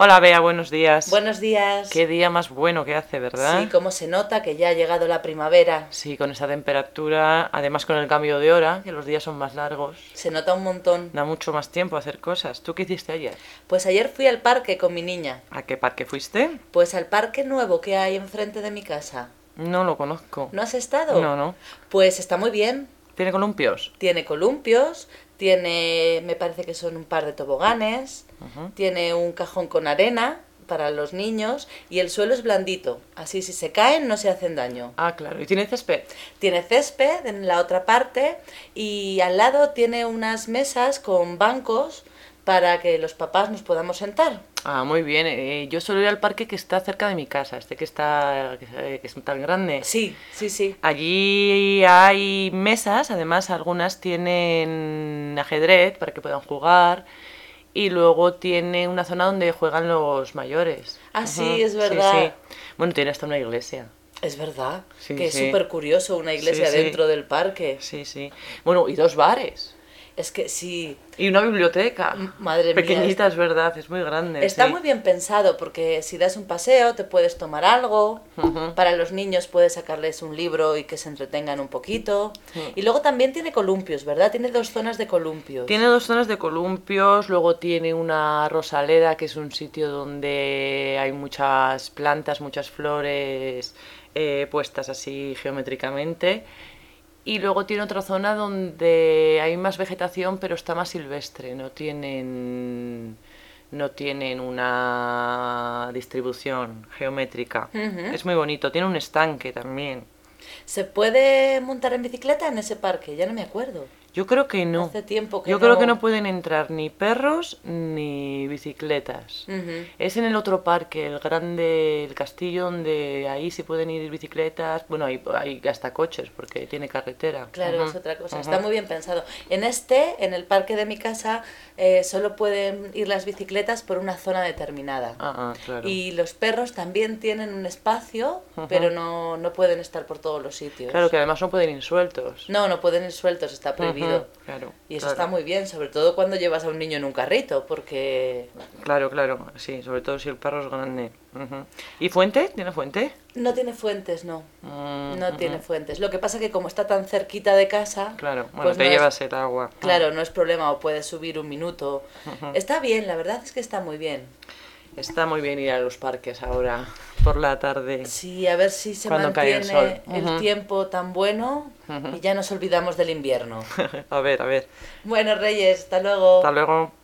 Hola Bea, buenos días. Buenos días. Qué día más bueno que hace, ¿verdad? Sí, cómo se nota que ya ha llegado la primavera. Sí, con esa temperatura, además con el cambio de hora, que los días son más largos, Se nota un montón. da mucho más tiempo a hacer cosas. ¿Tú qué hiciste ayer? Pues ayer fui al parque con mi niña. ¿A qué parque fuiste? Pues al parque nuevo que hay enfrente de mi casa. No lo conozco. ¿No has estado? No, no. Pues está muy bien. ¿Tiene columpios? Tiene columpios, tiene, me parece que son un par de toboganes, Ujú. tiene un cajón con arena para los niños y el suelo es blandito. Así si se caen no se hacen daño. Ah, claro. ¿Y tiene césped? Tiene césped en la otra parte y al lado tiene unas mesas con bancos para que los papás nos podamos sentar. Ah, muy bien. Eh, yo suelo ir al parque que está cerca de mi casa, este que está que es tan grande. Sí, sí, sí. Allí hay mesas, además algunas tienen ajedrez para que puedan jugar y luego tiene una zona donde juegan los mayores. Ah, Ujú, sí, es verdad. sí. Bueno, tiene hasta una iglesia. Es verdad, Sí, que es sí. súper curioso una iglesia Sí, sí. dentro del parque. Sí, sí. Bueno, y dos bares. Es que sí, Y una biblioteca. M- madre mía, Pequeñita, es verdad, es muy grande. está sí. muy bien pensado porque si das un paseo te puedes tomar algo, Ujú. para los niños puedes sacarles un libro y que se entretengan un poquito. Sí. Y luego también tiene columpios, ¿verdad? Tiene dos zonas de columpios. Tiene dos zonas de columpios, luego tiene una rosaleda, que es un sitio donde hay muchas plantas, muchas flores eh, puestas así geométricamente. Y luego tiene otra zona donde hay más vegetación, pero está más silvestre. No tienen, no tienen una distribución geométrica. Ujú. Es muy bonito. Tiene un estanque también. ¿Se puede montar en bicicleta en ese parque? Ya no me acuerdo. Yo creo que no. Hace tiempo que Yo creo que no pueden entrar ni perros ni bicicletas. Ujú. Es en el otro parque, el grande, el castillo, donde ahí sí pueden ir bicicletas. Bueno, hay, hay hasta coches porque tiene carretera. Claro, Ujú, es otra cosa. ujú. Está muy bien pensado. En este, en el parque de mi casa, eh, solo pueden ir las bicicletas por una zona determinada. Ah, ah, claro. Y los perros también tienen un espacio, Ujú. pero no, no pueden estar por todos los sitios. Claro que además no pueden ir sueltos. No, no pueden ir sueltos, está prohibido. Ujú, Claro. Y eso claro. está muy bien, sobre todo cuando llevas a un niño en un carrito, porque Claro, claro. Sí, sobre todo si el perro es grande. Ujú. ¿Y fuente? ¿Tiene fuente? no tiene fuentes, no. Mm, No ujú. tiene fuentes. Lo que pasa que como está tan cerquita de casa, Claro, bueno, pues te no es- llevas el agua. Claro, no es problema, o puedes subir un minuto. Ujú. Está bien, la verdad es que está muy bien. Está muy bien ir a los parques ahora, por la tarde. Sí, a ver si se Cuando caiga mantiene el el, sol. Ujú. tiempo tan bueno Ujú. y ya nos olvidamos del invierno. a ver, a ver. Bueno, Reyes, hasta luego. Hasta luego.